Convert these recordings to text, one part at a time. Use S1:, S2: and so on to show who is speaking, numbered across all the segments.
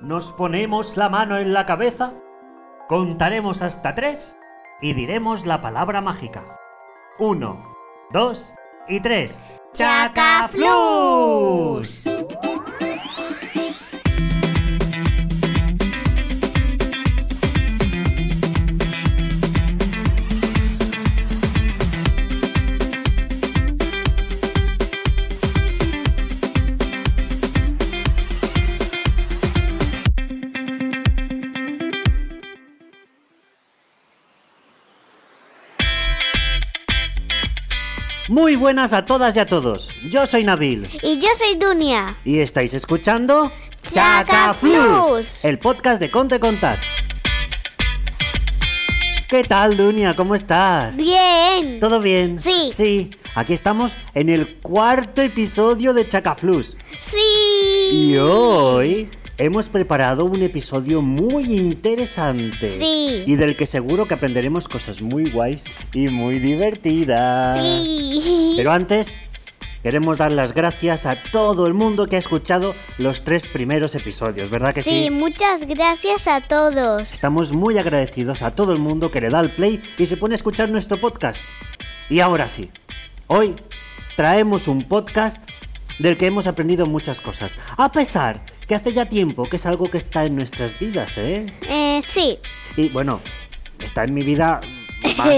S1: nos ponemos la mano en la cabeza, contaremos hasta tres y diremos la palabra mágica. Uno, dos y tres.
S2: ¡Chacaflús!
S1: Muy buenas a todas y a todos. Yo soy Nabil.
S2: Y yo soy Dunia.
S1: Y estáis escuchando
S2: ¡Chacaflús!
S1: el podcast de Conte Contact. ¿Qué tal, Dunia? ¿Cómo estás?
S2: Bien.
S1: ¿Todo bien?
S2: Sí.
S1: Sí. Aquí estamos en el cuarto episodio de Chacaflus.
S2: Sí.
S1: Y hoy hemos preparado un episodio muy interesante.
S2: Sí.
S1: Y del que seguro que aprenderemos cosas muy guays y muy divertidas.
S2: Sí.
S1: Pero antes, queremos dar las gracias a todo el mundo que ha escuchado los tres primeros episodios, ¿verdad que sí?
S2: Sí, muchas gracias a todos.
S1: Estamos muy agradecidos a todo el mundo que le da al play y se pone a escuchar nuestro podcast. Y ahora sí, hoy traemos un podcast del que hemos aprendido muchas cosas. A pesar que hace ya tiempo que es algo que está en nuestras vidas, ¿eh?
S2: Eh, sí.
S1: Y bueno, está en mi vida más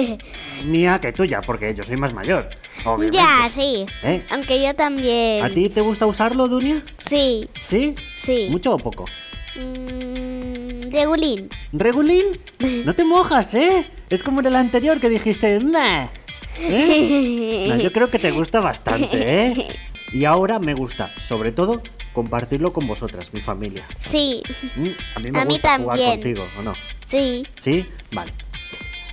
S1: mía que tuya, porque yo soy más mayor. obviamente.
S2: Ya, sí.
S1: ¿Eh?
S2: Aunque yo también.
S1: ¿A ti te gusta usarlo, Dunia?
S2: Sí,
S1: ¿Sí?
S2: sí.
S1: ¿Mucho o poco?
S2: Mm, regulín.
S1: ¿Regulín? No te mojas, ¿eh? Es como en el anterior que dijiste, nah. ¿Eh? No, yo creo que te gusta bastante, ¿eh? Y ahora me gusta, sobre todo, compartirlo con vosotras, mi familia.
S2: Sí,
S1: Mm, A mí me
S2: A mí
S1: gusta jugar
S2: también.
S1: contigo, ¿o no?
S2: sí,
S1: ¿Sí? Vale.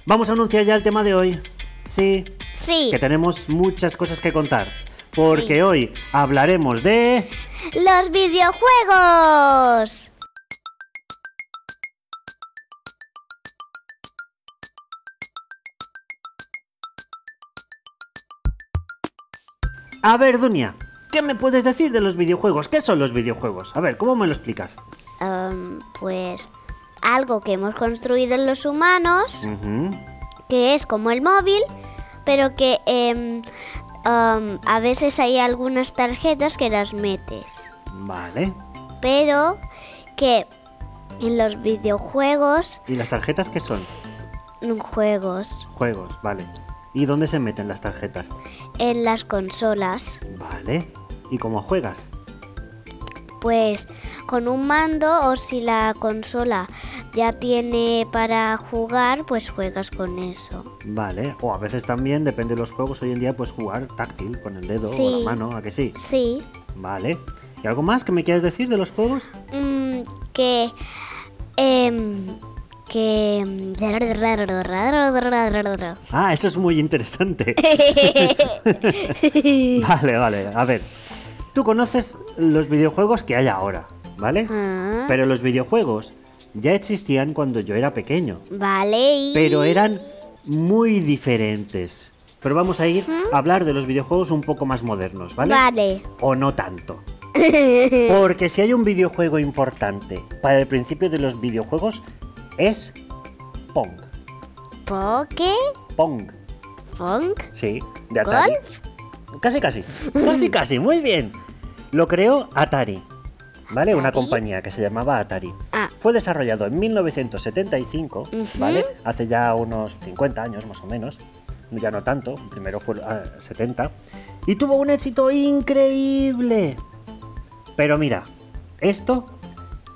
S1: Vamos a anunciar ya el tema de hoy. Sí,
S2: sí.
S1: que tenemos muchas cosas que contar. Porque hoy hablaremos de...
S2: Los videojuegos.
S1: A ver, Dunia, ¿qué me puedes decir de los videojuegos? ¿Qué son los videojuegos? A ver, ¿cómo me lo explicas?
S2: Am, pues algo que hemos construido en los humanos,
S1: Ujú.
S2: que es como el móvil, pero que em, am, a veces hay algunas tarjetas que las metes.
S1: Vale.
S2: Pero que en los videojuegos,
S1: ¿Y las tarjetas qué son?
S2: en juegos,
S1: Juegos, vale. ¿Y dónde se meten las tarjetas?
S2: en las consolas,
S1: Vale. ¿Y cómo juegas?
S2: Pues con un mando o si la consola ya tiene para jugar, pues juegas con eso.
S1: Vale. O a veces también, depende de los juegos, hoy en día puedes jugar táctil, con el dedo o la
S2: Sí.
S1: mano, ¿a que sí?
S2: Sí,
S1: Vale. ¿Y algo más que me quieras decir de los juegos?
S2: mm, que... em, que... mm,
S1: Ah, eso es muy interesante. vale, vale. A ver. Tú conoces los videojuegos que hay ahora, ¿vale?
S2: Ah,
S1: Pero los videojuegos ya existían cuando yo era pequeño.
S2: vale, y...
S1: pero eran muy diferentes. Pero vamos a ir a hablar de los videojuegos un poco más modernos, ¿vale?
S2: Vale.
S1: O no tanto. Porque si hay un videojuego importante para el principio de los videojuegos es Pong.
S2: ¿Poke?
S1: Pong,
S2: ¿Funk?
S1: sí, de Atari. Casi, casi. Casi, casi, muy bien. Lo creó Atari, ¿vale? Una
S2: ¿Atari?
S1: compañía que se llamaba Atari.
S2: Ah,
S1: Fue desarrollado en 1975,
S2: Ujú.
S1: ¿vale? Hace ya unos 50 años más o menos, ya no tanto, primero fue ah, 70, y tuvo un éxito increíble. Pero mira, esto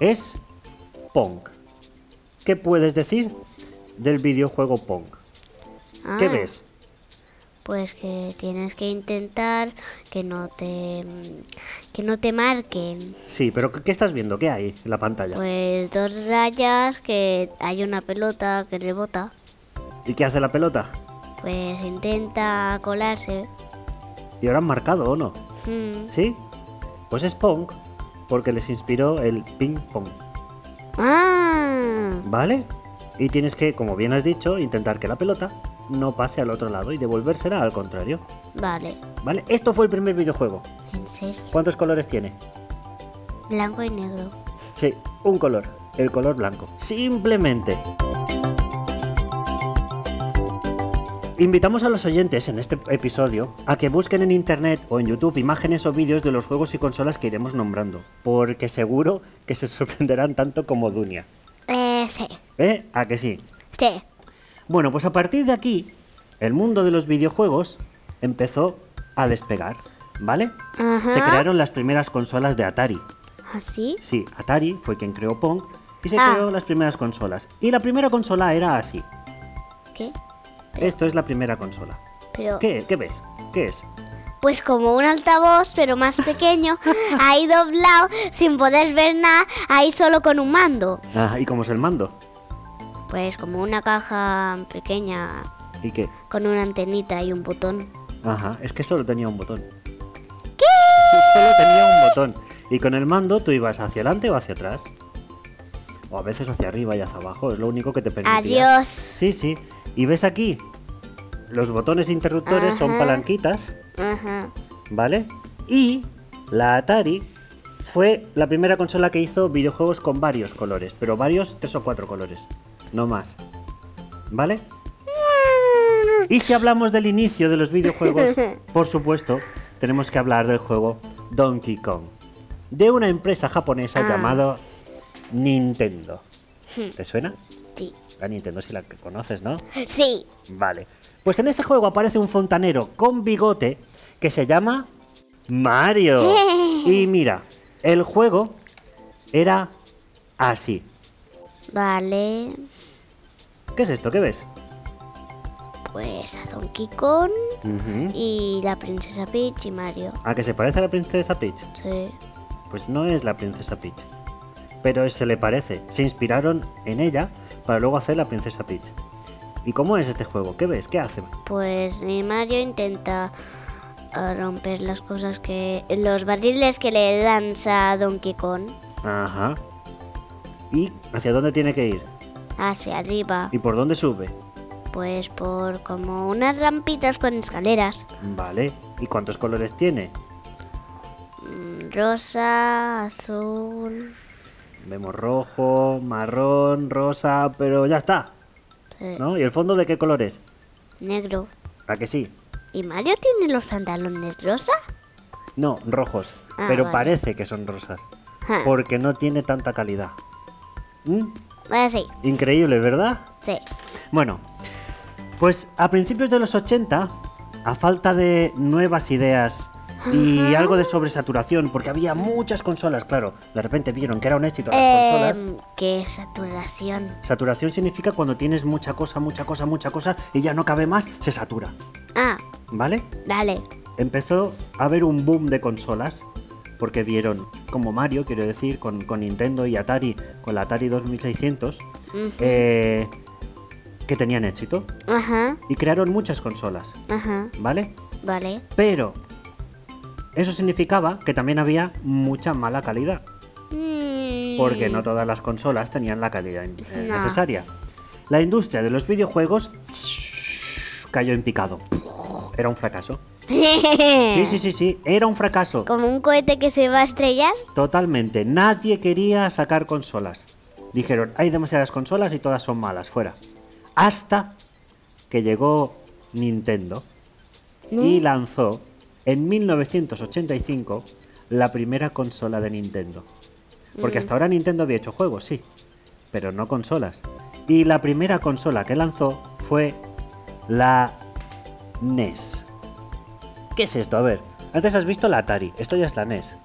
S1: es Pong. ¿Qué puedes decir del videojuego Pong? ¿Qué
S2: ah,
S1: ves?
S2: Pues que tienes que intentar que no te... que no te marquen.
S1: Sí, pero ¿qué qué estás viendo? ¿Qué hay en la pantalla?
S2: Pues dos rayas que hay una pelota que rebota.
S1: ¿Y qué hace la pelota?
S2: Pues intenta colarse.
S1: ¿Y ahora han marcado o no?
S2: Mm.
S1: ¿Sí? Pues es Pong, porque les inspiró el ping pong.
S2: Ah,
S1: ¿Vale? Y tienes que, como bien has dicho, intentar que la pelota no pase al otro lado y devolvérsela al contrario.
S2: vale.
S1: ¿Vale? Esto fue el primer videojuego.
S2: En serio.
S1: ¿Cuántos colores tiene?
S2: Blanco y negro.
S1: Sí, un color, el color blanco. Simplemente. Invitamos a los oyentes en este episodio a que busquen en internet o en YouTube imágenes o vídeos de los juegos y consolas que iremos nombrando, porque seguro que se sorprenderán tanto como Dunia.
S2: Eh, sí.
S1: ¿Eh? ¿A que sí?
S2: Sí.
S1: Bueno, pues a partir de aquí, el mundo de los videojuegos empezó a despegar, ¿vale?
S2: Ajá.
S1: Se crearon las primeras consolas de Atari.
S2: ¿Así?
S1: Sí, Atari fue quien creó Pong y se
S2: Ah.
S1: creó las primeras consolas. Y la primera consola era así.
S2: ¿Qué?
S1: Esto es la primera consola.
S2: Pero.
S1: ¿Qué, qué ves? ¿Qué es?
S2: Pues como un altavoz, pero más pequeño, ahí doblado, sin poder ver nada, ahí solo con un mando.
S1: Ah, ¿y cómo es el mando?
S2: Pues como una caja pequeña,
S1: ¿Y qué?
S2: con una antenita y un botón.
S1: Ajá, es que solo tenía un botón. ¿Qué? Solo tenía un botón. Y con el mando tú ibas hacia adelante o hacia atrás. O a veces hacia arriba y hacia abajo, es lo único que te permitía.
S2: Adiós.
S1: Sí, sí. Y ves aquí, los botones interruptores son
S2: Ajá.
S1: palanquitas,
S2: Ajá.
S1: ¿vale? Y la Atari fue la primera consola que hizo videojuegos con varios colores, pero varios, tres o cuatro colores, no más. ¿Vale? Y si hablamos del inicio de los videojuegos, por supuesto, tenemos que hablar del juego Donkey Kong, de una empresa japonesa
S2: Ah.
S1: llamada Nintendo.
S2: Hmm.
S1: ¿Te suena?
S2: Sí.
S1: La Nintendo si la que conoces, ¿no?
S2: Sí.
S1: Vale. Pues en ese juego aparece un fontanero con bigote que se llama Mario. Y mira, el juego era así.
S2: Vale.
S1: ¿Qué es esto? ¿Qué ves?
S2: Pues a Donkey Kong
S1: Ujú.
S2: y la princesa Peach y Mario.
S1: ¿A que se parece a la princesa Peach?
S2: Sí.
S1: Pues no es la princesa Peach. Pero se le parece. Se inspiraron en ella para luego hacer la princesa Peach. ¿Y cómo es este juego? ¿Qué ves? ¿Qué hace?
S2: Pues eh, Mario intenta ah, romper las cosas que. los barriles que le lanza Donkey Kong
S1: Ajá. ¿Y hacia dónde tiene que ir?
S2: hacia Ah, arriba.
S1: ¿Y por dónde sube?
S2: Pues por como unas rampitas con escaleras.
S1: Vale. ¿Y cuántos colores tiene?
S2: Mm, Rosa, azul.
S1: Vemos rojo, marrón, rosa, pero ya está,
S2: eh,
S1: ¿no? ¿Y el fondo de qué color es?
S2: Negro.
S1: ¿A que sí?
S2: ¿Y Mario tiene los pantalones rosa?
S1: No, rojos,
S2: Ah,
S1: pero
S2: vale. Ah.
S1: parece que son rosas,
S2: Ja.
S1: porque no tiene tanta calidad. ¿Mm?
S2: Bueno, sí,
S1: Increíble, ¿verdad?
S2: sí.
S1: Bueno, pues a principios de los 80, a falta de nuevas ideas y algo de sobresaturación, porque había muchas consolas, claro, de repente vieron que era un éxito las
S2: Eh,
S1: consolas.
S2: qué saturación.
S1: Saturación significa cuando tienes mucha cosa, mucha cosa, mucha cosa y ya no cabe más, se satura,
S2: Ah,
S1: ¿vale?
S2: dale.
S1: empezó a haber un boom de consolas. Porque vieron, como Mario, quiero decir, con, con Nintendo y Atari, con la Atari 2600,
S2: Ujú.
S1: eh, que tenían éxito.
S2: Ajá,
S1: Y crearon muchas consolas,
S2: ajá.
S1: ¿vale?
S2: Vale.
S1: Pero eso significaba que también había mucha mala calidad.
S2: Mm.
S1: Porque no todas las consolas tenían la calidad eh,
S2: No.
S1: necesaria. La industria de los videojuegos cayó en picado. Era un fracaso. Sí, sí, sí, sí, era un fracaso.
S2: Como un cohete que se va a estrellar.
S1: Totalmente, nadie quería sacar consolas. Dijeron, hay demasiadas consolas y todas son malas, fuera. Hasta que llegó Nintendo y lanzó en 1985 la primera consola de Nintendo. Porque hasta ahora Nintendo había hecho juegos, sí, pero no consolas. Y la primera consola que lanzó fue la NES. ¿Qué es esto? A ver, antes has visto la Atari, esto ya es la E NES.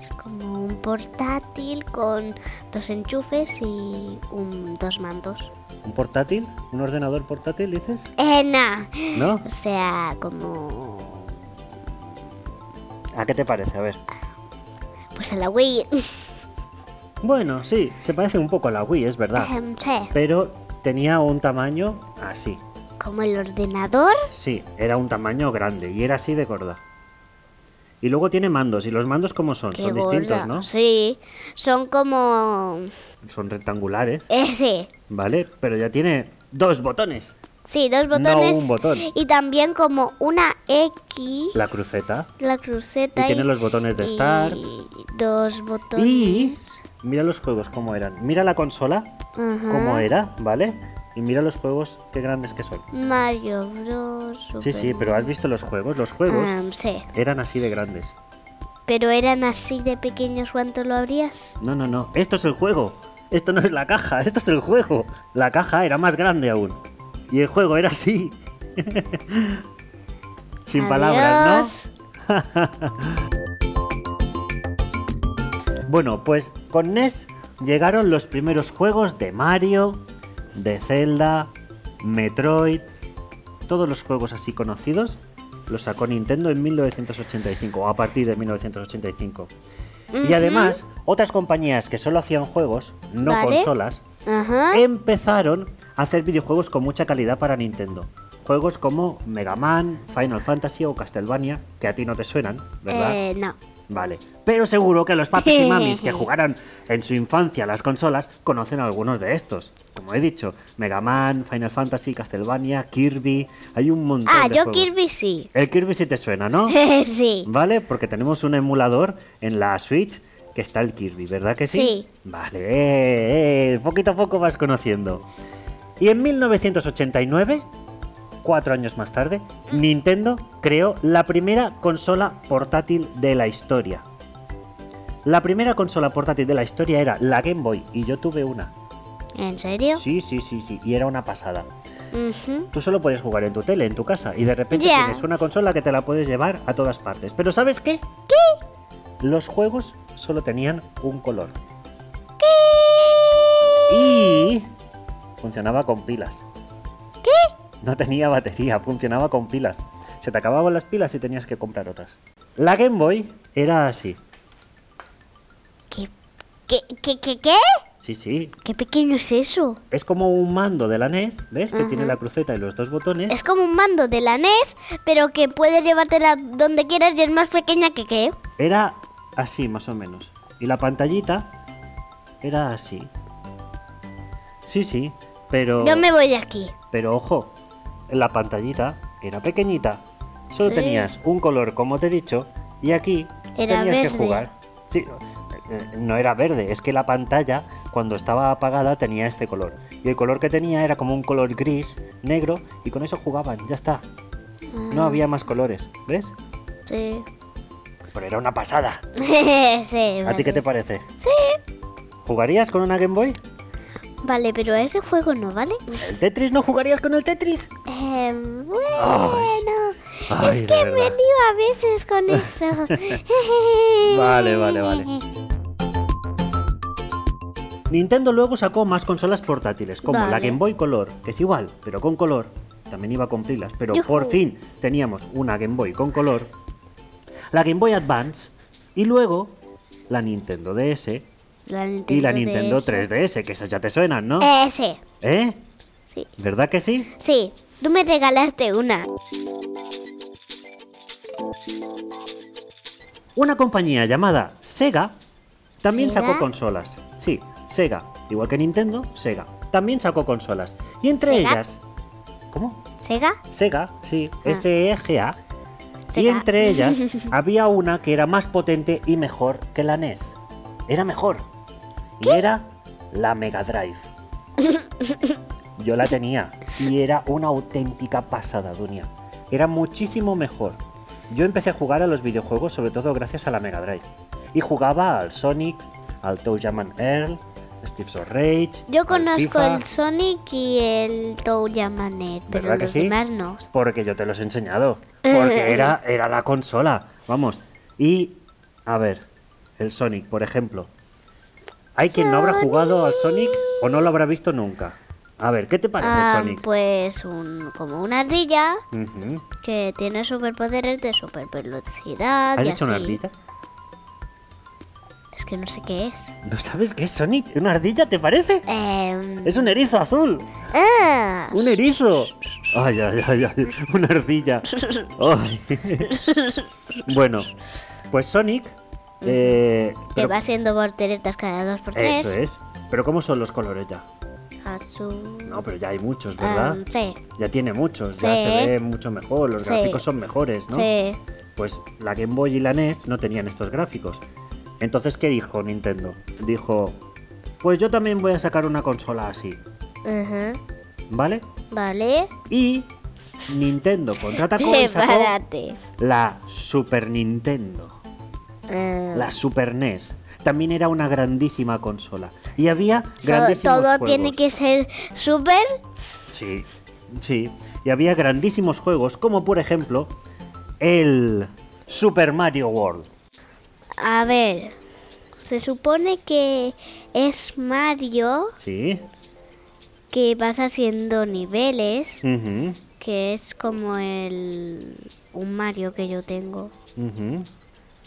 S2: Es como un portátil con dos enchufes y un, dos mandos.
S1: ¿Un portátil? ¿Un ordenador portátil, dices?
S2: Eh, nah.
S1: ¿No?
S2: O sea, como.
S1: ¿A qué te parece? A ver.
S2: Pues a la Wii.
S1: Bueno, sí, se parece un poco a la Wii, es verdad.
S2: Ejem, sí.
S1: Pero tenía un tamaño así.
S2: Como el ordenador.
S1: Sí, era un tamaño grande y era así de gorda. Y luego tiene mandos. ¿Y los mandos cómo son?
S2: Qué
S1: son
S2: gorda.
S1: distintos, ¿no?
S2: Sí. Son como.
S1: Son rectangulares,
S2: Eh, sí.
S1: ¿vale? Pero ya tiene dos botones.
S2: Sí, dos
S1: No,
S2: botones.
S1: un botón.
S2: Y también como una X.
S1: La cruceta.
S2: La cruceta.
S1: Y tiene los botones de start.
S2: Dos botones.
S1: Y Mira los juegos cómo eran. Mira la consola
S2: Ajá.
S1: cómo era, ¿vale? Y mira los juegos qué grandes que son.
S2: Mario Bros.
S1: Sí, sí, pero has visto los juegos. Los juegos
S2: Ah, sí.
S1: eran así de grandes.
S2: Pero eran así de pequeños cuánto lo abrías.
S1: No, no, no. Esto es el juego. Esto no es la caja, esto es el juego. La caja era más grande aún. Y el juego era así. Sin palabras,
S2: Adiós.
S1: ¿no? Bueno, pues con NES llegaron los primeros juegos de Mario, de Zelda, Metroid. Todos los juegos así conocidos los sacó Nintendo en 1985, o a partir de 1985. Y además, otras compañías que solo hacían juegos, no
S2: Vale.
S1: consolas,
S2: Ajá.
S1: empezaron a hacer videojuegos con mucha calidad para Nintendo. Juegos como Mega Man, Final Fantasy o Castlevania, que a ti no te suenan, ¿verdad?
S2: Eh, no.
S1: Vale. Pero seguro que los papis y mamis que jugaron en su infancia a las consolas conocen algunos de estos. Como he dicho, Mega Man, Final Fantasy, Castlevania, Kirby, hay un montón
S2: Ah,
S1: de
S2: yo
S1: juegos.
S2: Kirby sí.
S1: El Kirby sí te suena, ¿no?
S2: sí.
S1: ¿Vale? Porque tenemos un emulador en la Switch que está el Kirby, ¿verdad que sí?
S2: Sí.
S1: Vale, eh, eh, poquito a poco vas conociendo. Y en 1989, cuatro años más tarde, Nintendo creó la primera consola portátil de la historia. La primera consola portátil de la historia era la Game Boy y yo tuve una.
S2: ¿En serio?
S1: Sí, sí, sí, sí, y era una pasada.
S2: Ujú.
S1: Tú solo puedes jugar en tu tele, en tu casa, y de repente
S2: Ya.
S1: tienes una consola que te la puedes llevar a todas partes. Pero ¿sabes qué? ¿Qué? Los juegos solo tenían un color. ¿Qué? Y funcionaba con pilas. ¿Qué? No tenía batería, funcionaba con pilas. Se te acababan las pilas y tenías que comprar otras. La Game Boy era así.
S2: ¿Qué, qué, qué, qué, qué?
S1: Sí, sí.
S2: ¿Qué pequeño es eso?
S1: Es como un mando de la NES, ¿ves? Que tiene la cruceta y los dos botones.
S2: Es como un mando de la NES, pero que puedes llevártela donde quieras y es más pequeña que qué.
S1: Era así, más o menos. Y la pantallita era así. Sí, sí, pero.
S2: Yo me voy de aquí.
S1: Pero ojo, la pantallita era pequeñita. Solo
S2: Sí.
S1: tenías un color, como te he dicho, y aquí
S2: Era
S1: tenías que
S2: verde.
S1: jugar. Sí, eh, eh, no era verde, es que la pantalla, cuando estaba apagada, tenía este color. Y el color que tenía era como un color gris, negro, y con eso jugaban, ya está.
S2: Ah.
S1: No había más colores, ¿ves?
S2: Sí.
S1: Pero era una pasada.
S2: sí,
S1: ¿A ti
S2: vale.
S1: qué te parece?
S2: Sí.
S1: ¿Jugarías con una Game Boy?
S2: Vale, pero a ese juego no, ¿vale?
S1: ¿El Tetris no jugarías con el Tetris?
S2: Eh, bueno.
S1: Ay,
S2: es
S1: de
S2: que me
S1: verdad.
S2: lío a veces con eso.
S1: Vale, vale, vale. Nintendo luego sacó más consolas portátiles, como la
S2: Vale.
S1: Game Boy Color, que es igual, pero con color. También iba con pilas, pero
S2: Yujú.
S1: por fin teníamos una Game Boy con color. La Game Boy Advance y luego la Nintendo DS
S2: La Nintendo
S1: y la Nintendo
S2: DS.
S1: 3DS, que esas ya te suenan, ¿no?
S2: Eh, sí.
S1: ¿Eh?
S2: Sí.
S1: ¿Verdad que sí?
S2: Sí, tú me regalaste una.
S1: Una compañía llamada Sega también
S2: ¿Sega?
S1: sacó consolas. Sí, Sega. Igual que Nintendo, Sega. También sacó consolas. Y entre
S2: ¿Sega?
S1: ellas... ¿Cómo?
S2: ¿Sega?
S1: Sega, sí.
S2: Ah.
S1: S-E-G-A. Y
S2: Sega.
S1: entre ellas había una que era más potente y mejor que la NES. Era mejor. Y era la Mega Drive. Yo la tenía y era una auténtica pasada, Dunia. Era muchísimo mejor. Yo empecé a jugar a los videojuegos sobre todo gracias a la Mega Drive. Y jugaba al Sonic, al Toe Jaman Earl, Steve's of Rage.
S2: Yo
S1: al
S2: conozco
S1: FIFA,
S2: el Sonic y el Toad Yamanet, pero
S1: ¿Verdad que
S2: los
S1: sí?
S2: demás no.
S1: Porque yo te los he enseñado. Porque era, era la consola. Vamos. Y, a ver, el Sonic, por ejemplo. Hay quien no habrá jugado al Sonic o no lo habrá visto nunca. A ver, ¿qué te parece
S2: Ah,
S1: el Sonic?
S2: pues un, como una ardilla
S1: Ujú.
S2: que tiene superpoderes de super velocidad
S1: ¿Has
S2: y
S1: dicho una
S2: así.
S1: ardilla?
S2: Es que no sé qué es.
S1: ¿No sabes qué es Sonic? ¿Una ardilla te parece?
S2: Em,
S1: Es un erizo azul.
S2: ah,
S1: ¡Un erizo! ¡Ay, ay, ay! ay una ardilla! Ay. bueno, pues Sonic. eh,
S2: que
S1: pero-
S2: va siendo volteretas cada dos por tres.
S1: eso es. Pero ¿cómo son los colores ya?
S2: Azul.
S1: No, pero ya hay muchos, ¿verdad?
S2: em, sí,
S1: Ya tiene muchos, ya
S2: Sí.
S1: se ve mucho mejor, los
S2: Sí.
S1: gráficos son mejores, ¿no?
S2: sí.
S1: E Pues la Game Boy y la NES no tenían estos gráficos. Entonces, ¿qué dijo Nintendo? Dijo, pues yo también voy a sacar una consola así,
S2: Ajá.
S1: ¿vale?
S2: Vale.
S1: Y Nintendo contraatacó y sacó
S2: Prepárate.
S1: la Super Nintendo,
S2: Ah,
S1: la Super NES. También era una grandísima consola. Y había
S2: so-
S1: grandísimos
S2: todo
S1: juegos.
S2: tiene que ser súper.
S1: Sí, sí. Y había grandísimos juegos, como por ejemplo el Super Mario World.
S2: A ver. Se supone que es Mario
S1: Sí.
S2: que vas haciendo niveles,
S1: Ujú,
S2: que es como el un Mario que yo tengo.
S1: ujú.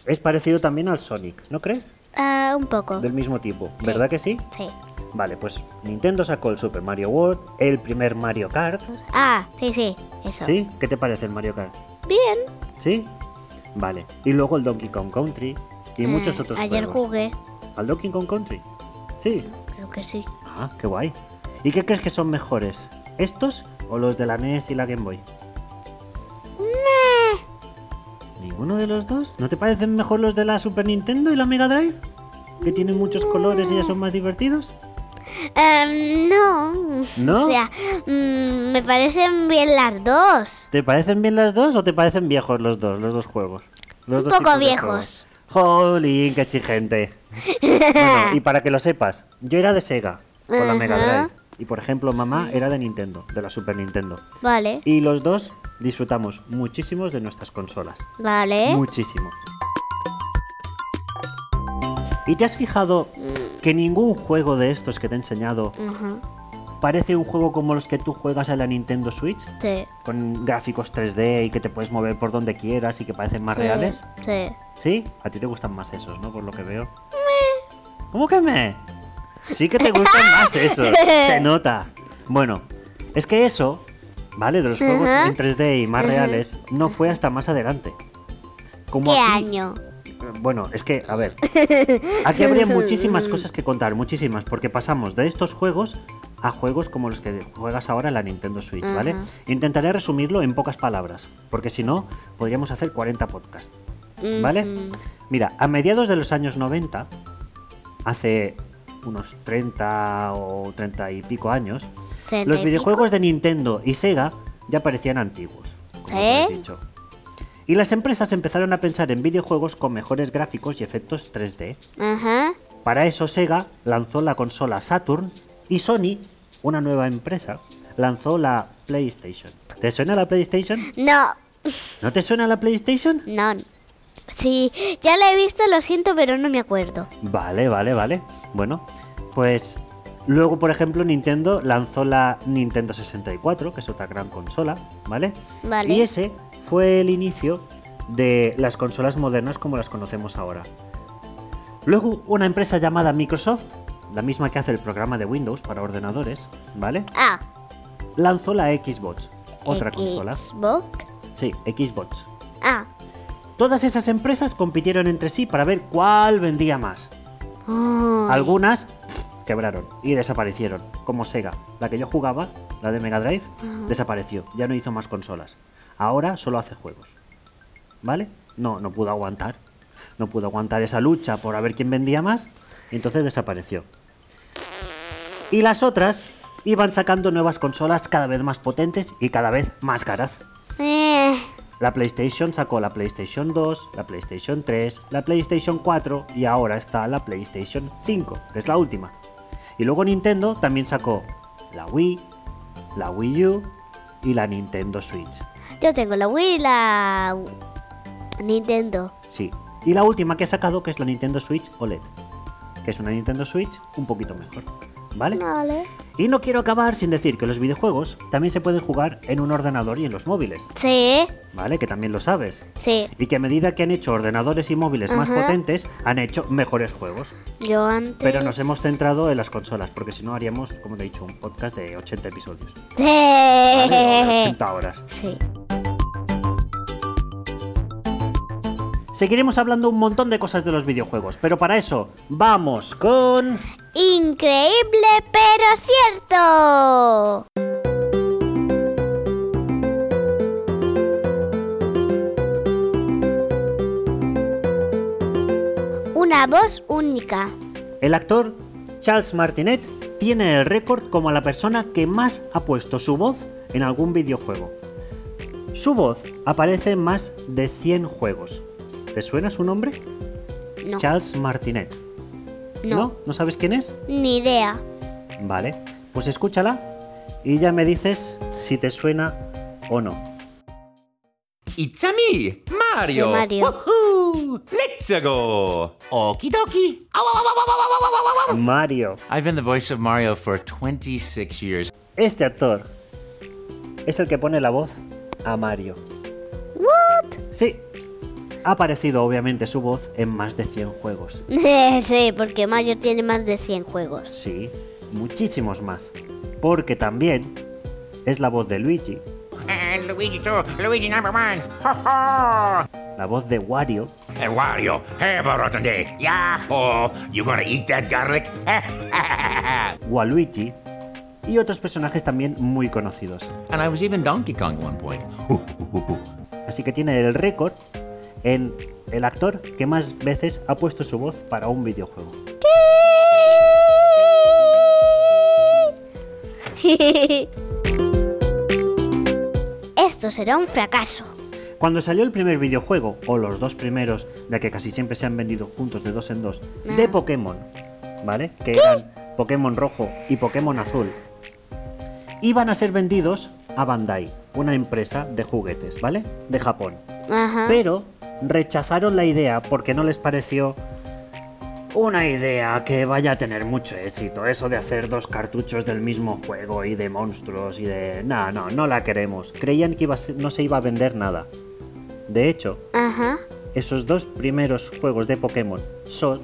S1: Es parecido también al Sonic, ¿no crees?
S2: Ah, un poco.
S1: Del mismo tipo, ¿verdad que sí?
S2: Sí.
S1: Vale, pues Nintendo sacó el Super Mario World, el primer Mario Kart.
S2: Ah, sí, sí, eso.
S1: ¿Sí? ¿Qué te parece el Mario Kart?
S2: Bien.
S1: ¿Sí? Vale. Y luego el Donkey Kong Country y muchos
S2: Ah,
S1: otros
S2: Ayer
S1: juegos.
S2: jugué,
S1: ¿Al Donkey Kong Country? Sí.
S2: creo que sí.
S1: Ah, qué guay. ¿Y qué crees que son mejores? ¿Estos o los de la NES y la Game Boy? ¿Ninguno de los dos? ¿No te parecen mejor los de la Super Nintendo y la Mega Drive? ¿Que tienen muchos colores y ya son más divertidos?
S2: Em, no.
S1: ¿No?
S2: O sea, mm, me parecen bien las dos.
S1: ¿Te parecen bien las dos o te parecen viejos los dos, los dos juegos? Los
S2: Un
S1: dos
S2: poco
S1: tipos de
S2: viejos.
S1: juegos. Jolín, qué exigente. Bueno, y para que lo sepas, yo era de Sega con la Mega
S2: Ajá.
S1: Drive. Y por ejemplo, mamá era de Nintendo, de la Super Nintendo.
S2: Vale,
S1: Y los dos disfrutamos muchísimos de nuestras consolas.
S2: vale.
S1: Muchísimo. ¿Y te has fijado que ningún juego de estos que te he enseñado
S2: Ujú,
S1: parece un juego como los que tú juegas en la Nintendo Switch?
S2: Sí.
S1: Con gráficos 3D y que te puedes mover por donde quieras y que parecen más
S2: sí,
S1: reales.
S2: Sí.
S1: ¿Sí? A ti te gustan más esos, ¿no? Por lo que veo. ¿Cómo que me? Sí que te gustan más esos. Se nota. Bueno, es que eso, ¿vale? De los juegos
S2: Ajá.
S1: en 3D y más
S2: Ajá.
S1: reales, no fue hasta más adelante. Como
S2: ¿Qué
S1: aquí-
S2: año?
S1: Bueno, es que, a ver. Aquí habría muchísimas cosas que contar, muchísimas, porque pasamos de estos juegos a juegos como los que juegas ahora en la Nintendo Switch, ¿vale?
S2: Ajá.
S1: Intentaré resumirlo en pocas palabras, porque si no, podríamos hacer 40 podcasts. ¿Vale?
S2: Ujú.
S1: Mira, a mediados de los años 90, hace unos 30 o 30 y pico años,
S2: ¿Treinta
S1: los
S2: y
S1: videojuegos de Nintendo y Sega ya parecían antiguos. Como tú has
S2: Sí.
S1: dicho. Y las empresas empezaron a pensar en videojuegos con mejores gráficos y efectos 3D.
S2: pico? Ajá.
S1: Para eso Sega lanzó la consola Saturn y Sony, una nueva empresa, lanzó la PlayStation. ¿Te suena la PlayStation?
S2: No,
S1: ¿No te suena la PlayStation?
S2: no. Sí, ya la he visto, lo siento, pero no me acuerdo.
S1: Vale, vale, vale. Bueno, pues luego, por ejemplo, Nintendo lanzó la Nintendo 64, que es otra gran consola, ¿vale?
S2: Vale.
S1: Y ese fue el inicio de las consolas modernas como las conocemos ahora. Luego, una empresa llamada Microsoft, la misma que hace el programa de Windows para ordenadores, ¿vale?
S2: Ah, eh,
S1: Lanzó la Xbox, otra consola.
S2: Xbox.
S1: Sí, Xbox.
S2: Ah.
S1: Todas esas empresas compitieron entre sí para ver cuál vendía más. Ah.
S2: Ay.
S1: Algunas quebraron y desaparecieron, como Sega. La que yo jugaba, la de Mega Drive, desapareció. Ya no hizo más consolas. Ahora solo hace juegos. ¿Vale? No, no pudo aguantar. No pudo aguantar esa lucha por a ver quién vendía más. Y entonces desapareció. Y las otras iban sacando nuevas consolas cada vez más potentes y cada vez más caras.
S2: Eh,
S1: La PlayStation sacó la PlayStation 2, la PlayStation 3, la PlayStation 4 y ahora está la PlayStation 5, que es la última. Y luego Nintendo también sacó la Wii, la Wii U y la Nintendo Switch.
S2: yo tengo la Wii, la Nintendo.
S1: Sí. Y la última que ha sacado que es la Nintendo Switch OLED, que es una Nintendo Switch un poquito mejor. ¿Vale?
S2: Vale.
S1: Y no quiero acabar sin decir que los videojuegos también se pueden jugar en un ordenador y en los móviles,
S2: Sí,
S1: ¿vale? Que también lo sabes.
S2: sí.
S1: y que a medida que han hecho ordenadores y móviles más
S2: Ajá.
S1: potentes, han hecho mejores juegos.
S2: Yo antes.
S1: Pero nos hemos centrado en las consolas, porque si no haríamos, como te he dicho, un podcast de 80 episodios.
S2: Sí.
S1: ¿vale? O de 80 horas.
S2: Sí.
S1: Seguiremos hablando un montón de cosas de los videojuegos, pero para eso, vamos con...
S2: Increíble, pero cierto. Una La voz única.
S1: El actor Charles Martinet tiene el récord como la persona que más ha puesto su voz en algún videojuego. Su voz aparece en más de 100 juegos. ¿Te suena su nombre?
S2: No.
S1: Charles Martinet.
S2: No.
S1: ¿No? ¿No sabes quién es?
S2: Ni idea.
S1: Vale, pues escúchala y ya me dices si te suena o no.
S3: It's a me, Mario.
S2: Mario.
S3: Woohoo! Let's go. Okie dokie. Ow, ow, ow, ow, ow, ow, ow, ow, ow, ow.
S1: Mario,
S3: I've been the voice of Mario for 26 years.
S1: este actor es el que pone la voz a Mario.
S2: What?
S1: Sí, ha aparecido obviamente su voz en más de 100 juegos.
S2: sí, porque Mario tiene más de 100 juegos.
S1: Sí, muchísimos más. Porque también es la voz de Luigi,
S4: And Luigi too. Luigi number one.
S1: la voz de Wario
S4: And Wario, have a rotten day. Yeah. Oh, you gonna eat that garlic?
S3: Eh?
S1: Waluigi y otros personajes también muy conocidos.
S3: And I was even Donkey Kong at one point.
S1: Así que tiene el récord en el actor que más veces ha puesto su voz para un videojuego.
S2: Esto será un fracaso.
S1: Cuando salió el primer videojuego, o los dos primeros, ya que casi siempre se han vendido juntos de dos en dos, de Pokémon, ¿vale? Que eran Pokémon rojo y Pokémon azul, iban a ser vendidos a Bandai, una empresa de juguetes, ¿vale? De Japón.
S2: Ajá.
S1: Pero rechazaron la idea porque no les pareció una idea que vaya a tener mucho éxito. Eso de hacer dos cartuchos del mismo juego y de monstruos y de... No, no, no la queremos. Creían que iba a ser- no se iba a vender nada. De hecho,
S2: Ajá.
S1: esos dos primeros juegos de Pokémon son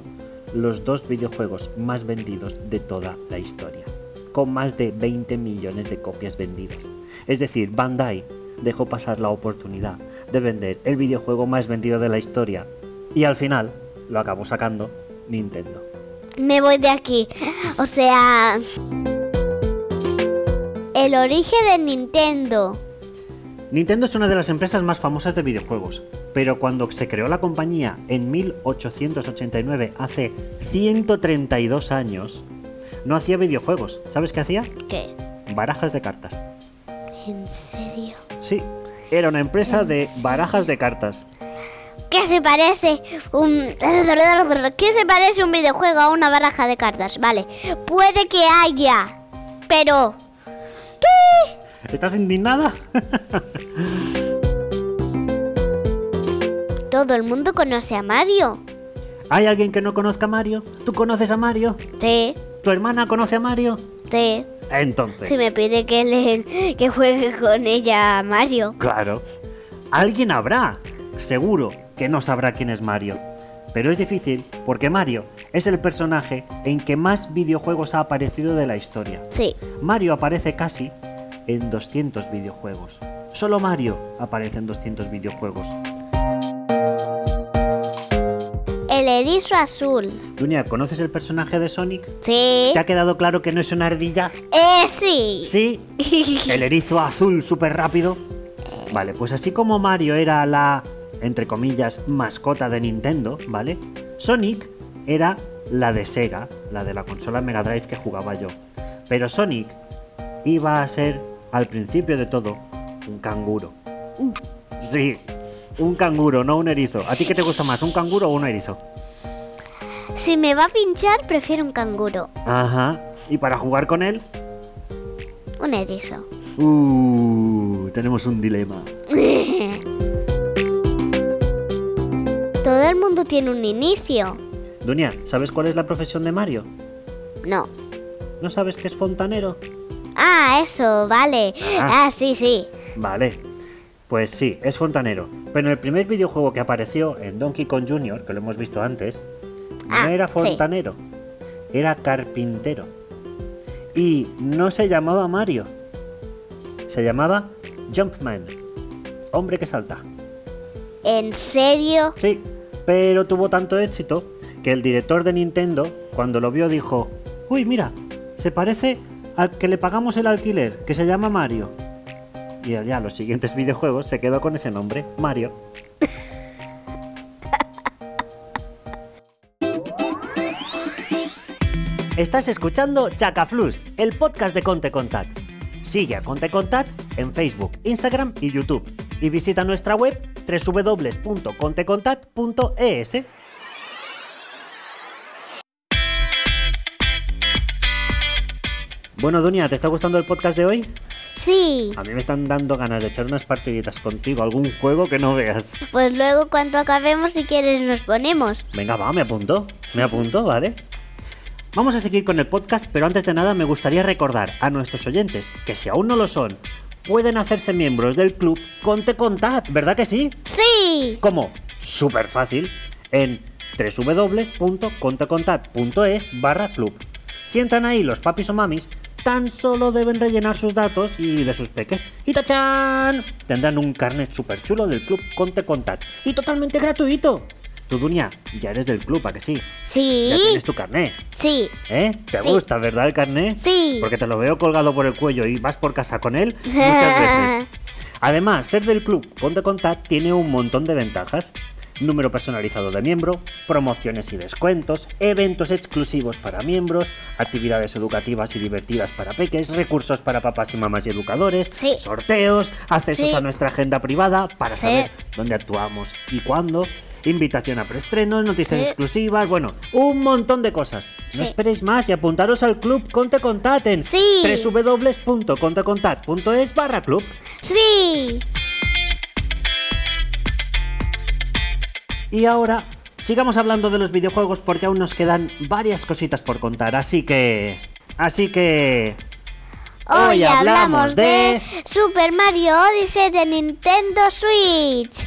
S1: los dos videojuegos más vendidos de toda la historia, con más de 20 millones de copias vendidas. Es decir, Bandai dejó pasar la oportunidad de vender el videojuego más vendido de la historia y al final lo acabó sacando Nintendo.
S2: Me voy de aquí. O sea... El origen de Nintendo.
S1: Nintendo es una de las empresas más famosas de videojuegos, pero cuando se creó la compañía en 1889, hace 132 años, no hacía videojuegos. ¿Sabes qué hacía?
S2: ¿Qué?
S1: Barajas de cartas.
S2: ¿En serio?
S1: Sí, era una empresa de barajas de cartas.
S2: ¿Qué se parece un... ¿Qué se parece un videojuego a una baraja de cartas? Vale. Puede que haya. Pero...
S1: ¿Estás indignada?
S2: Todo el mundo conoce a Mario.
S1: ¿Hay alguien que no conozca a Mario? ¿Tú conoces a Mario?
S2: Sí,
S1: ¿Tu hermana conoce a Mario?
S2: sí.
S1: Entonces,
S2: Si me pide que, le, que juegue con ella a Mario.
S1: claro, alguien habrá, seguro, que no sabrá quién es Mario. Pero es difícil porque Mario es el personaje en que más videojuegos ha aparecido de la historia.
S2: Sí.
S1: Mario aparece casi en 200 videojuegos. Solo Mario aparece en 200 videojuegos.
S2: El erizo azul.
S1: Dunia, ¿conoces el personaje de Sonic?
S2: Sí.
S1: ¿Te ha quedado claro que no es una ardilla?
S2: Eh, sí.
S1: Sí. El erizo azul súper rápido. Vale, pues así como Mario era la, entre comillas, mascota de Nintendo, ¿vale? Sonic era la de Sega, la de la consola Mega Drive que jugaba yo. Pero Sonic iba a ser, al principio de todo, un canguro. Sí, un canguro, no un erizo. ¿A ti qué te gusta más, un canguro o un erizo?
S2: si me va a pinchar, prefiero un canguro.
S1: Ajá. ¿Y para jugar con él?
S2: Un erizo.
S1: Uh, tenemos un dilema.
S2: Todo el mundo tiene un inicio.
S1: Dunia, ¿sabes cuál es la profesión de Mario?
S2: No.
S1: ¿No sabes que es fontanero?
S2: Ah, eso, vale.
S1: Ah.
S2: Ah, sí, sí.
S1: Vale. Pues sí, es fontanero. Pero en el primer videojuego que apareció en Donkey Kong Jr., que lo hemos visto antes, no
S2: Ah,
S1: era
S2: sí.
S1: fontanero, era carpintero. Y no se llamaba Mario, se llamaba Jumpman, hombre que salta.
S2: ¿En serio?
S1: Sí, pero tuvo tanto éxito que el director de Nintendo, cuando lo vio, dijo: Uy, mira, se parece al que le pagamos el alquiler, que se llama Mario. Y ya los siguientes videojuegos se quedó con ese nombre, Mario. Estás escuchando Chacaflus, el podcast de Conte Contact. Sigue a Conte Contact en Facebook, Instagram y YouTube. Y visita nuestra web www.contecontact.es. Bueno, Dunia, ¿te está gustando el podcast de hoy?
S2: Sí.
S1: A mí me están dando ganas de echar unas partiditas contigo, algún juego que no veas.
S2: Pues luego cuando acabemos, si quieres, nos ponemos.
S1: Venga, va, me apunto. Me apunto, ¿vale? Vamos a seguir con el podcast, pero antes de nada me gustaría recordar a nuestros oyentes que si aún no lo son, pueden hacerse miembros del club Conte Contat, ¿verdad que sí?
S2: Sí.
S1: ¿Cómo? Súper fácil. En www.contecontat.es barra club. Si entran ahí los papis o mamis, tan solo deben rellenar sus datos y de sus peques. ¡Y tachán! Tendrán un carnet súper chulo del club Conte Contat. Y totalmente gratuito. Tú, Dunia, ya eres del club, ¿a que sí?
S2: Sí.
S1: Ya tienes tu carnet.
S2: Sí.
S1: ¿Eh? ¿Te
S2: Sí.
S1: gusta, verdad, el carné?
S2: Sí.
S1: Porque te lo veo colgado por el cuello y vas por casa con él muchas veces. Además, ser del club Conte Contact tiene un montón de ventajas. Número personalizado de miembro, promociones y descuentos, eventos exclusivos para miembros, actividades educativas y divertidas para peques, recursos para papás y mamás y educadores,
S2: Sí.
S1: sorteos, accesos
S2: Sí.
S1: a nuestra agenda privada para
S2: Sí.
S1: saber dónde actuamos y cuándo, invitación a preestrenos, noticias
S2: Sí.
S1: exclusivas, bueno, un montón de cosas. No
S2: Eh. Sí.
S1: esperéis más y apuntaros al club Conte Contat en
S2: Sí.
S1: www.contecontat.es barra club.
S2: Sí.
S1: Y ahora sigamos hablando de los videojuegos porque aún nos quedan varias cositas por contar, así que... Así que... Hoy hablamos de-
S2: Super Mario Odyssey de Nintendo Switch.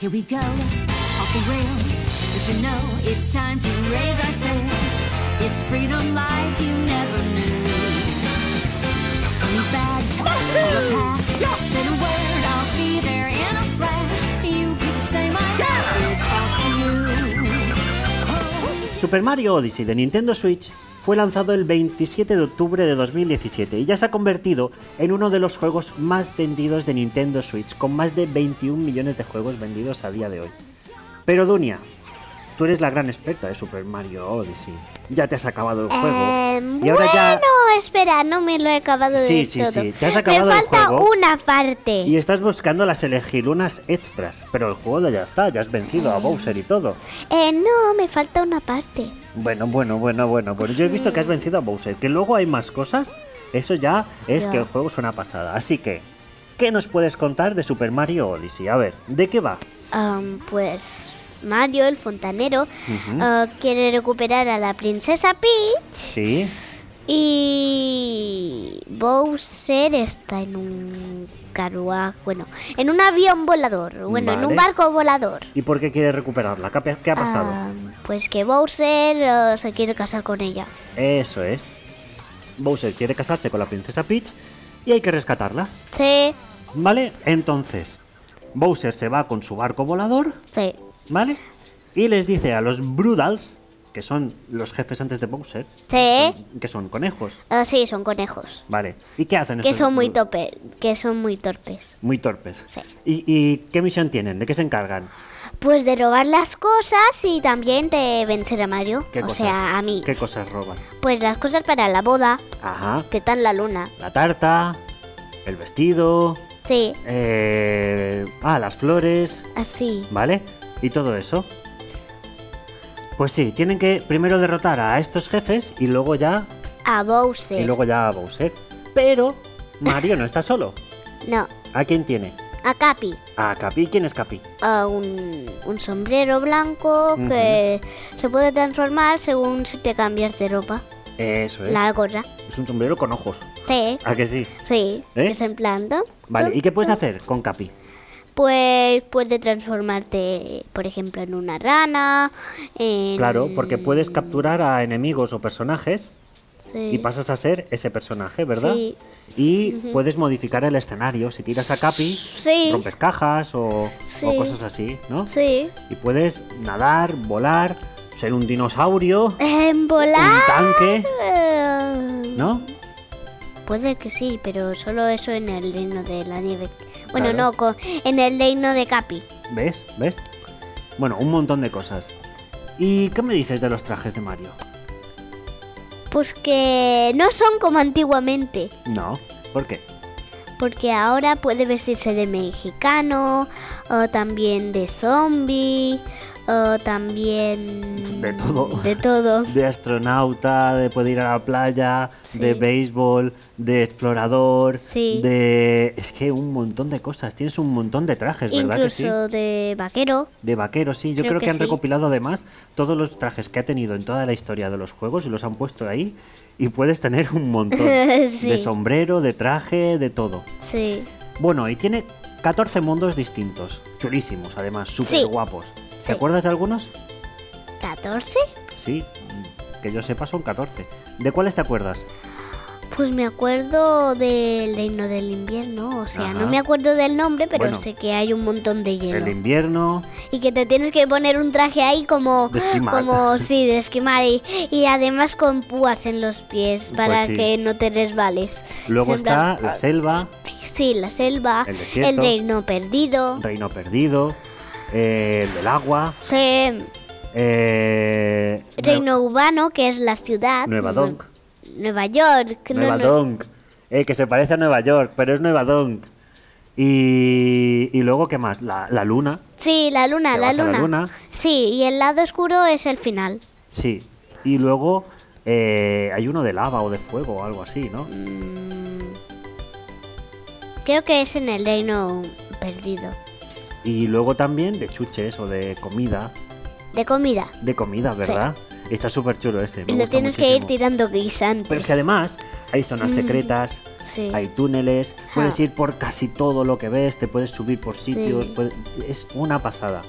S5: Here we go, off the rails. But you know it's time to raise our sails. It's freedom like you never knew. Any bags, or a pass, say the word, I'll be there in a flash. You could say my life is all to you.
S1: Super Mario Odyssey de Nintendo Switch fue lanzado el 27 de octubre de 2017 y ya se ha convertido en uno de los juegos más vendidos de Nintendo Switch, con más de 21 millones de juegos vendidos a día de hoy. Pero Dunia, tú eres la gran experta de Super Mario Odyssey. Ya te has acabado el juego.
S2: Eh,
S1: y ahora
S2: bueno,
S1: ya...
S2: espera, no me lo he acabado
S1: Sí,
S2: de
S1: sí,
S2: todo.
S1: sí, te has acabado
S2: me
S1: el
S2: falta
S1: juego.
S2: una parte.
S1: Y estás buscando las elegilunas extras, pero el juego ya está, ya has vencido a Bowser y todo.
S2: Eh, no, me falta una parte.
S1: Bueno, bueno, bueno, bueno. Bueno, yo he visto que has vencido a Bowser. Que luego hay más cosas. Eso ya es
S2: Ya.
S1: que el juego es una pasada. Así que, ¿qué nos puedes contar de Super Mario Odyssey? A ver, ¿de qué va?
S2: Am, pues Mario, el fontanero, ah, quiere recuperar a la princesa Peach
S1: Sí.
S2: y Bowser está en un carruaje, bueno, en un avión volador, bueno, en un
S1: Vale.
S2: barco volador.
S1: ¿Y por qué quiere recuperarla? ¿Qué, ha- qué ha pasado?
S2: Am, pues que Bowser ah, se quiere casar con ella.
S1: Eso es. Bowser quiere casarse con la princesa Peach y hay que rescatarla.
S2: Sí,
S1: ¿Vale? Entonces, Bowser se va con su barco volador.
S2: sí,
S1: ¿Vale? Y les dice a los Brutals, que son los jefes antes de Bowser,
S2: sí.
S1: que son conejos.
S2: Ah, sí, son conejos.
S1: Vale. ¿Y qué hacen?
S2: Que
S1: esos-
S2: son muy tope, que son muy torpes.
S1: Muy torpes.
S2: Sí.
S1: ¿Y, y qué misión tienen? ¿De qué se encargan?
S2: Pues de robar las cosas y también de vencer a Mario.
S1: ¿Qué
S2: o
S1: cosas?
S2: sea, a mí.
S1: ¿Qué cosas roban?
S2: Pues las cosas para la boda,
S1: Ajá.
S2: que tal la luna.
S1: La tarta, el vestido,
S2: Sí,
S1: eh, ah, las flores,
S2: así.
S1: ¿vale? Y todo eso. Pues sí, tienen que primero derrotar a estos jefes y luego ya
S2: A Bowser.
S1: y luego ya a Bowser. Pero Mario no está solo.
S2: No,
S1: ¿A quién tiene?
S2: a Capi.
S1: A Capi. ¿Quién es Capi?
S2: A un, un sombrero blanco
S1: Ujú.
S2: que se puede transformar según si te cambias de ropa.
S1: Eso es.
S2: La gorra.
S1: Es un sombrero con ojos.
S2: Sí,
S1: ¿A que sí?
S2: sí.
S1: Ah. ¿Eh?
S2: Es en plan, ¿no?
S1: Vale,
S2: Tú-
S1: ¿y qué puedes
S2: tú-
S1: hacer con Capi?
S2: Pues puede transformarte, por ejemplo, en una rana. en-
S1: Claro, porque puedes capturar a enemigos o personajes
S2: Sí.
S1: y pasas a ser ese personaje, ¿verdad?
S2: Sí.
S1: Y puedes modificar el escenario. Si tiras a Capi,
S2: Sí.
S1: rompes cajas o,
S2: Sí.
S1: o cosas así, ¿no?
S2: Sí.
S1: Y puedes nadar, volar, ser un dinosaurio,
S2: En
S1: un
S2: volar.
S1: tanque,
S2: eh,
S1: ¿no?
S2: Puede que sí, pero solo eso en el reino de la nieve. Bueno,
S1: Claro.
S2: no, co- en el reino de Capi.
S1: ¿Ves? ¿Ves? Bueno, un montón de cosas. ¿Y qué me dices de los trajes de Mario?
S2: Pues que no son como antiguamente,
S1: No, ¿por qué?
S2: porque ahora puede vestirse de mexicano, o también de zombie, o también...
S1: De todo.
S2: De todo.
S1: De astronauta, de poder ir a la playa,
S2: Sí.
S1: de béisbol, de explorador,
S2: Sí.
S1: de... Es que un montón de cosas, tienes un montón de trajes, ¿verdad que sí?
S2: Incluso de vaquero.
S1: De vaquero, sí. Yo creo,
S2: Creo
S1: que,
S2: que
S1: han
S2: sí.
S1: recopilado además todos los trajes que ha tenido en toda la historia de los juegos y los han puesto ahí. Y puedes tener un montón
S2: Sí.
S1: de sombrero, de traje, de todo.
S2: Sí,
S1: Bueno, y tiene 14 mundos distintos. Chulísimos, además, súper guapos. ¿Te
S2: Sí.
S1: acuerdas de algunos?
S2: 14.
S1: Sí, que yo sepa son 14. ¿De cuáles te acuerdas?
S2: Pues me acuerdo del reino del invierno, o sea,
S1: Ajá.
S2: no me acuerdo del nombre, pero
S1: Bueno.
S2: sé que hay un montón de
S1: El
S2: hielo.
S1: invierno.
S2: Y que te tienes que poner un traje ahí como...
S1: De esquimal.
S2: Como, sí, de esquimal y, y además con púas en los pies
S1: Pues
S2: para
S1: sí.
S2: que no te resbales.
S1: Luego
S2: Es en plan,
S1: está la selva,
S2: Sí, la selva,
S1: El desierto.
S2: reino perdido,
S1: reino perdido, eh, el del agua,
S2: sí,
S1: eh,
S2: reino urbano, que es la ciudad.
S1: Nueva
S2: Nue-
S1: York.
S2: Nueva York. no,
S1: Nueva
S2: no.
S1: Donk. Eh, que se parece a Nueva York, pero es Nueva Donk. Y, y luego, ¿qué más? La, la luna.
S2: Sí, la luna,
S1: Te
S2: la
S1: vas a la
S2: luna.
S1: luna.
S2: Sí, y el lado oscuro es el final.
S1: Sí. Y luego eh, hay uno de lava o de fuego o algo así, ¿no?
S2: Creo que es en el reino perdido.
S1: Y luego también de chuches o de comida.
S2: De comida.
S1: De comida, ¿verdad? Está súper chulo ese. me
S2: Lo
S1: gusta
S2: tienes que ir
S1: muchísimo.
S2: tirando guisantes.
S1: Pero es que además hay zonas secretas,
S2: Mm, Sí.
S1: hay túneles, puedes
S2: Ah.
S1: ir por casi todo lo que ves, te puedes subir por sitios,
S2: Sí.
S1: puedes- es una pasada.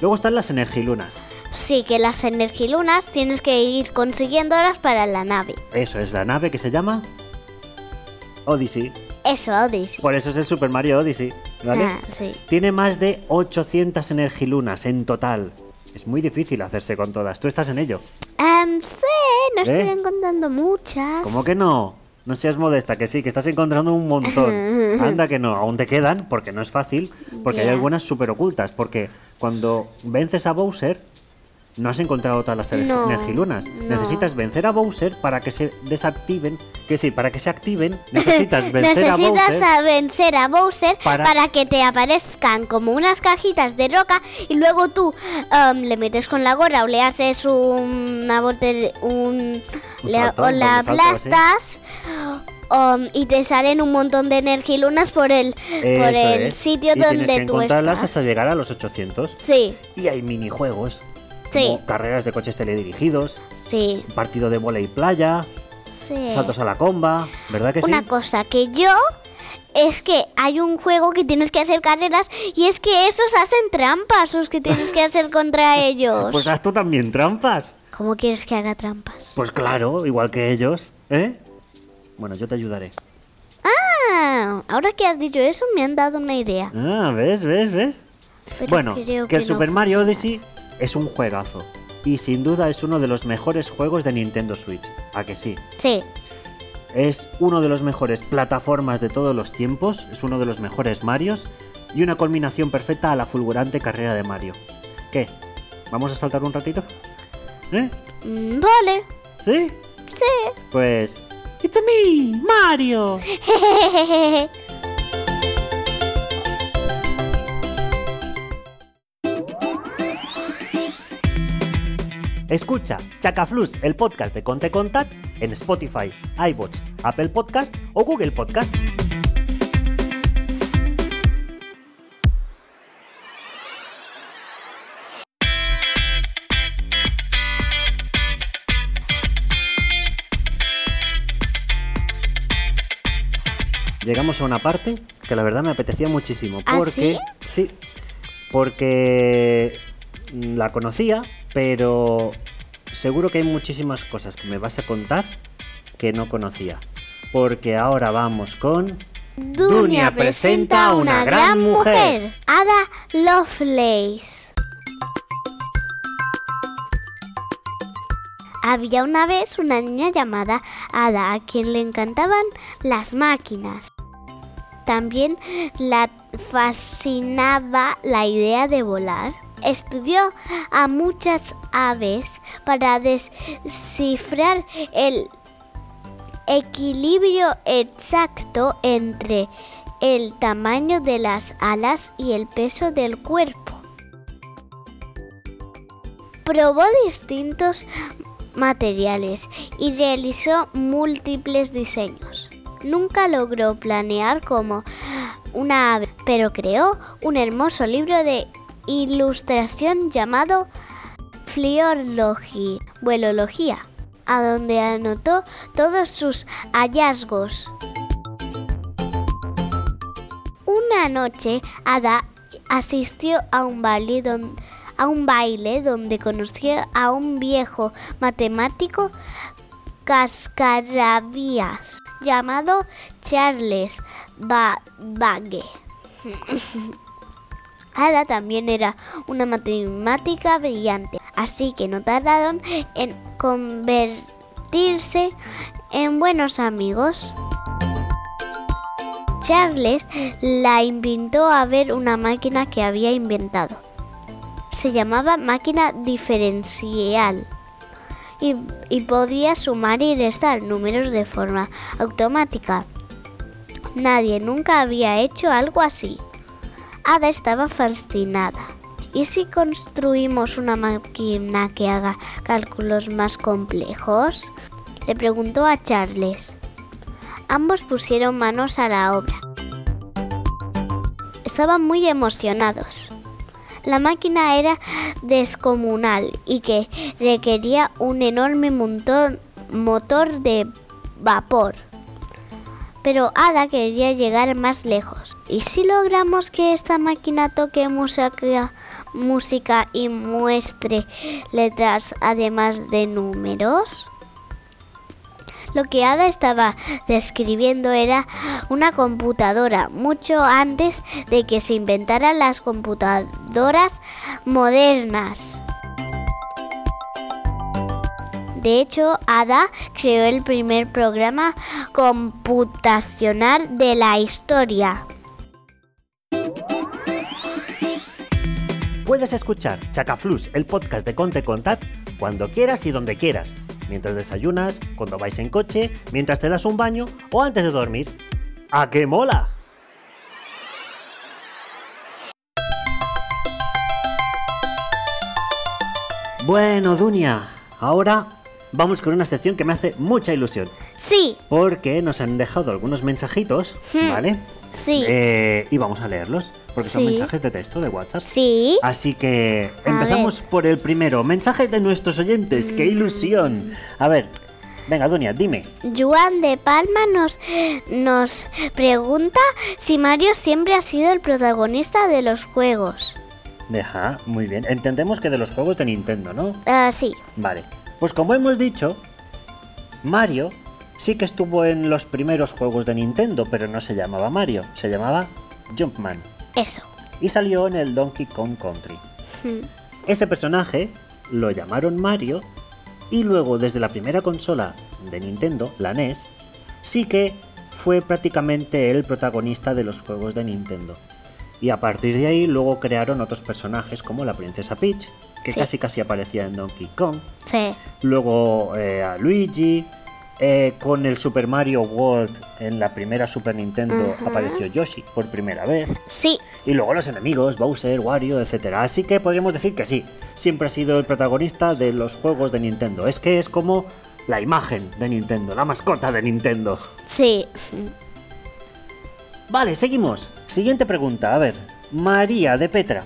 S1: Luego están las energilunas.
S2: Sí, que las energilunas tienes que ir consiguiéndolas para la nave.
S1: Eso es la nave que se llama Odyssey.
S2: Eso, Odyssey.
S1: Por eso es el Super Mario Odyssey, ¿vale?
S2: Ah, sí.
S1: Tiene más de 800 energilunas en total. Es muy difícil hacerse con todas. Tú estás en ello.
S2: Em, sí, no
S1: ¿Eh?
S2: estoy encontrando muchas.
S1: ¿Cómo que no? No seas modesta, que sí, que estás encontrando un montón. Anda que no, aún te quedan, porque no es fácil, porque hay
S2: Ya.
S1: algunas súper ocultas, porque cuando vences a Bowser, no has encontrado todas las ener-
S2: No,
S1: energilunas.
S2: no.
S1: Necesitas vencer a Bowser para que se desactiven, quiero decir, para que se activen, necesitas vencer a
S2: Necesitas
S1: Bowser.
S2: a vencer a Bowser
S1: Para-
S2: para... que te aparezcan como unas cajitas de roca y luego tú em, le metes con la gorra o le haces una bote
S1: Un
S2: un, le-
S1: salto,
S2: o
S1: un
S2: la
S1: doble salto, sí.
S2: aplastas em, y te salen un montón de energilunas por el por
S1: Eso
S2: el
S1: es.
S2: sitio
S1: Y tienes que
S2: donde tú
S1: encontrarlas
S2: estás.
S1: hasta llegar a los 800.
S2: Sí,
S1: Y hay minijuegos.
S2: Sí.
S1: Como carreras de coches teledirigidos,
S2: sí,
S1: partido de bola y playa,
S2: sí.
S1: saltos a la comba, ¿verdad que
S2: Una
S1: sí?
S2: cosa que yo es que hay un juego que tienes que hacer carreras y es que esos hacen trampas, los que tienes que hacer contra ellos.
S1: Pues haz tú también trampas.
S2: ¿Cómo quieres que haga trampas?
S1: Pues claro, igual que ellos, ¿eh? Bueno, yo te ayudaré.
S2: Ah, ahora que has dicho eso me han dado una idea.
S1: Ah, ¿ves, ves, ves?
S2: Pero
S1: bueno,
S2: creo
S1: que el
S2: no
S1: Super Mario
S2: funciona.
S1: Odyssey es un juegazo. Y sin duda es uno de los mejores juegos de Nintendo Switch. ¿A que sí?
S2: Sí,
S1: Es uno de los mejores plataformas de todos los tiempos, es uno de los mejores Marios y una culminación perfecta a la fulgurante carrera de Mario. ¿Qué? ¿Vamos a saltar un ratito? ¿Eh?
S2: Mm, vale,
S1: ¿Sí?
S2: sí.
S1: Pues... ¡It's a me, Mario! Escucha Chacaflus, el podcast de Conte Contact, en Spotify, iBots, Apple Podcast o Google Podcast. Llegamos a una parte que la verdad me apetecía muchísimo.
S2: ¿Ah,
S1: Porque. sí? Porque la conocía, pero seguro que hay muchísimas cosas que me vas a contar que no conocía. Porque ahora vamos con. Dunia presenta una gran mujer.
S2: Ada Lovelace. Había una vez una niña llamada Ada a quien le encantaban las máquinas. También la fascinaba la idea de volar. estudió a muchas aves para descifrar el equilibrio exacto entre el tamaño de las alas y el peso del cuerpo. Probó distintos materiales y realizó múltiples diseños. Nunca logró planear como una ave, pero creó un hermoso libro de ilustración llamado Fliorlogi, Vuelología, a donde anotó todos sus hallazgos. Una noche, Ada asistió a un baile don- a un baile donde conoció a un viejo matemático cascarabías llamado Charles Ba- Babbage. Ada también era una matemática brillante, así que no tardaron en convertirse en buenos amigos. Charles la invitó a ver una máquina que había inventado. Se llamaba máquina diferencial y, y podía sumar y restar números de forma automática. Nadie nunca había hecho algo así. Ada estaba fascinada. ¿Y si construimos una máquina que haga cálculos más complejos? Le preguntó a Charles. Ambos pusieron manos a la obra. Estaban muy emocionados. La máquina era descomunal y que requería un enorme montón- motor de vapor. Pero Ada quería llegar más lejos. ¿Y si logramos que esta máquina toque música, música y muestre letras además de números? Lo que Ada estaba describiendo era una computadora, mucho antes de que se inventaran las computadoras modernas. De hecho, Ada creó el primer programa computacional de la historia.
S1: Puedes escuchar Chacaflus, el podcast de Conte Contat, cuando quieras y donde quieras. Mientras desayunas, cuando vais en coche, mientras te das un baño o antes de dormir. ¡A qué mola! Bueno, Dunia, ahora vamos con una sección que me hace mucha ilusión.
S2: Sí,
S1: Porque nos han dejado algunos mensajitos,
S2: Hmm.
S1: ¿vale?
S2: sí,
S1: Eh, y vamos a leerlos, porque son
S2: Sí.
S1: mensajes de texto de WhatsApp.
S2: sí.
S1: Así que
S2: A
S1: empezamos por el primero. Mensajes de nuestros oyentes. ¡Qué ilusión! A ver, venga, Dunia, dime.
S2: Juan de Palma nos, nos pregunta si Mario siempre ha sido el protagonista de los juegos.
S1: Deja, muy bien. Entendemos que de los juegos de Nintendo, ¿no?
S2: Ah, sí,
S1: Vale. Pues como hemos dicho, Mario sí que estuvo en los primeros juegos de Nintendo, pero no se llamaba Mario, se llamaba Jumpman.
S2: eso.
S1: Y salió en el Donkey Kong Country.
S2: Hmm.
S1: Ese personaje lo llamaron Mario y luego desde la primera consola de Nintendo, la NES, sí que fue prácticamente el protagonista de los juegos de Nintendo. Y a partir de ahí luego crearon otros personajes como la princesa Peach, que
S2: Sí.
S1: casi casi aparecía en Donkey Kong,
S2: Sí,
S1: luego eh, a Luigi, eh, con el Super Mario World en la primera Super Nintendo apareció Yoshi por primera vez.
S2: sí,
S1: Y luego los enemigos, Bowser, Wario, etc. Así que podríamos decir que sí, siempre ha sido el protagonista de los juegos de Nintendo. Es que es como la imagen de Nintendo, la mascota de Nintendo.
S2: sí.
S1: Vale, seguimos. Siguiente pregunta, a ver. María de Petra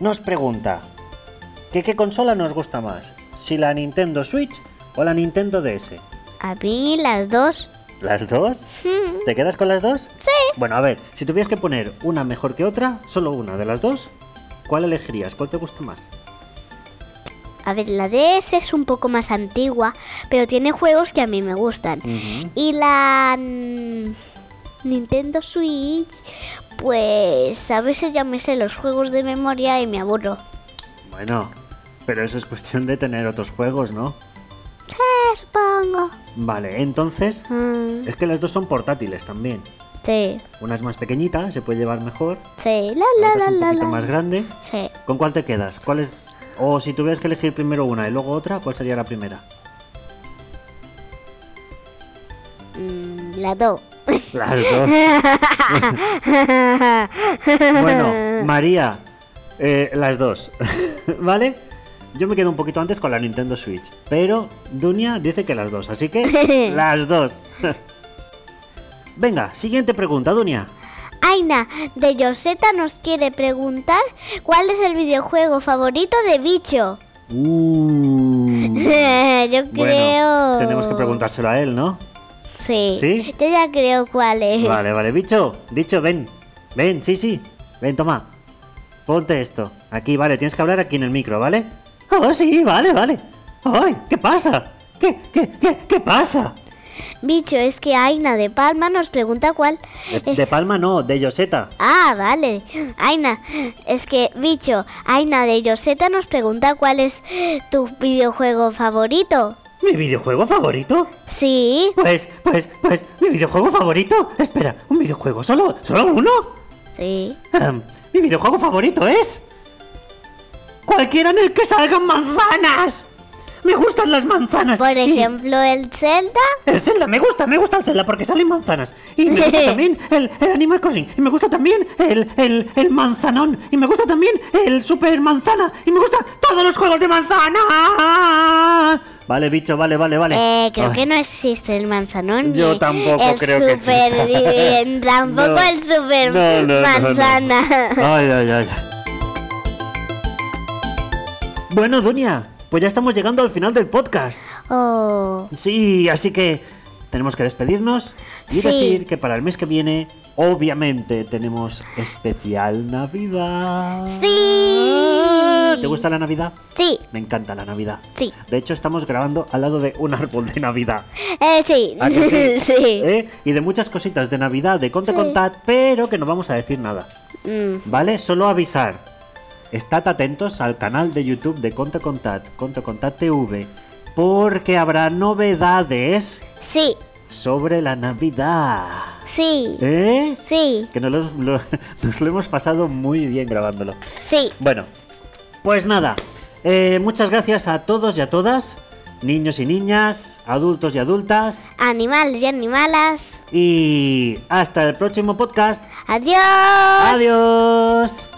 S1: nos pregunta que qué consola nos gusta más, si la Nintendo Switch o la Nintendo DS.
S2: A mí las dos.
S1: ¿Las dos?
S2: Hmm.
S1: ¿Te quedas con las dos?
S2: Sí.
S1: Bueno, a ver, si tuvieras que poner una mejor que otra, solo una de las dos, ¿cuál elegirías? ¿Cuál te gusta más?
S2: A ver, la DS es un poco más antigua, pero tiene juegos que a mí me gustan. Y la mm, Nintendo Switch, pues a veces ya me sé los juegos de memoria y me aburro.
S1: Bueno, pero eso es cuestión de tener otros juegos, ¿no?
S2: Sí, supongo. Ah.
S1: Vale, entonces,
S2: Mm,
S1: es que las dos son portátiles también.
S2: Sí,
S1: Una es más pequeñita, se puede llevar mejor.
S2: sí, la
S1: La
S2: la
S1: otra
S2: la
S1: es un
S2: la
S1: poquito
S2: la.
S1: más grande.
S2: Sí,
S1: ¿Con cuál te quedas? ¿Cuál es? O si tuvieras que elegir primero una y luego otra, ¿cuál sería la primera?
S2: mm, la do.
S1: Las dos. bueno, María, eh, las dos. ¿Vale? Yo me quedo un poquito antes con la Nintendo Switch. Pero Dunia dice que las dos, así que las dos. Venga, siguiente pregunta, Dunia.
S2: Aina de Yoseta nos quiere preguntar cuál es el videojuego favorito de bicho. Yo creo.
S1: Uh. Mm. Bueno, tenemos que preguntárselo a él, ¿no?
S2: Sí.
S1: ¿Sí?
S2: Yo ya creo cuál es.
S1: Vale, vale, bicho, bicho, ven, ven, sí, sí, ven, toma, ponte esto, aquí, vale, tienes que hablar aquí en el micro, ¿vale? Oh, sí, vale, vale, ay, ¿qué pasa? ¿Qué, qué, qué, qué pasa?
S2: Bicho, es que Aina de Palma nos pregunta cuál.
S1: De, de Palma no, de Yoseta,
S2: Ah, vale. Aina, es que, bicho, Aina de Yoseta nos pregunta cuál es tu videojuego favorito.
S1: ¿mi videojuego favorito?
S2: Sí,
S1: Pues, pues, pues, ¿mi videojuego favorito? Espera, ¿un videojuego solo? ¿Solo uno?
S2: sí.
S1: Ahem, mi videojuego favorito es... Cualquiera en el que salgan manzanas. Me gustan las manzanas.
S2: Por
S1: y-
S2: ejemplo, el Zelda.
S1: El Zelda, me gusta, me gusta el Zelda porque salen manzanas. Y me gusta también el, el Animal Crossing. Y me gusta también el, el, el manzanón. Y me gusta también el Super Manzana. Y me gustan todos los juegos de manzana. Vale, bicho, vale, vale, vale.
S2: Eh, creo
S1: Ay,
S2: que no existe el manzanón.
S1: Yo
S2: ni
S1: tampoco
S2: el
S1: creo que
S2: super,
S1: exista.
S2: ni- Tampoco
S1: No.
S2: el super
S1: No, no, no, no.
S2: manzana.
S1: Ay, ay, ay. Bueno, Dunia, pues ya estamos llegando al final del podcast.
S2: Oh,
S1: Sí, así que tenemos que despedirnos y
S2: Sí.
S1: decir que para el mes que viene, obviamente, tenemos especial Navidad.
S2: sí.
S1: Ah, ¿Te gusta la Navidad?
S2: Sí,
S1: Me encanta la Navidad.
S2: Sí.
S1: De hecho, estamos grabando al lado de un árbol de Navidad.
S2: eh, sí.
S1: ¿A Ah, que sí?
S2: sí.
S1: ¿Eh? Y de muchas cositas de Navidad, de Conte
S2: Sí.
S1: Contad, pero que no vamos a decir nada.
S2: Mm,
S1: ¿Vale? Solo avisar. Estad atentos al canal de YouTube de Conte Contad, Conte Contad TV, porque habrá novedades
S2: sí,
S1: sobre la Navidad.
S2: sí,
S1: ¿Eh?
S2: sí,
S1: Que nos lo, lo- nos lo hemos pasado muy bien grabándolo.
S2: sí.
S1: Bueno, pues nada. eh, muchas gracias a todos y a todas, niños y niñas, adultos y adultas.
S2: Animales y animalas.
S1: Y hasta el próximo podcast.
S2: Adiós.
S1: Adiós.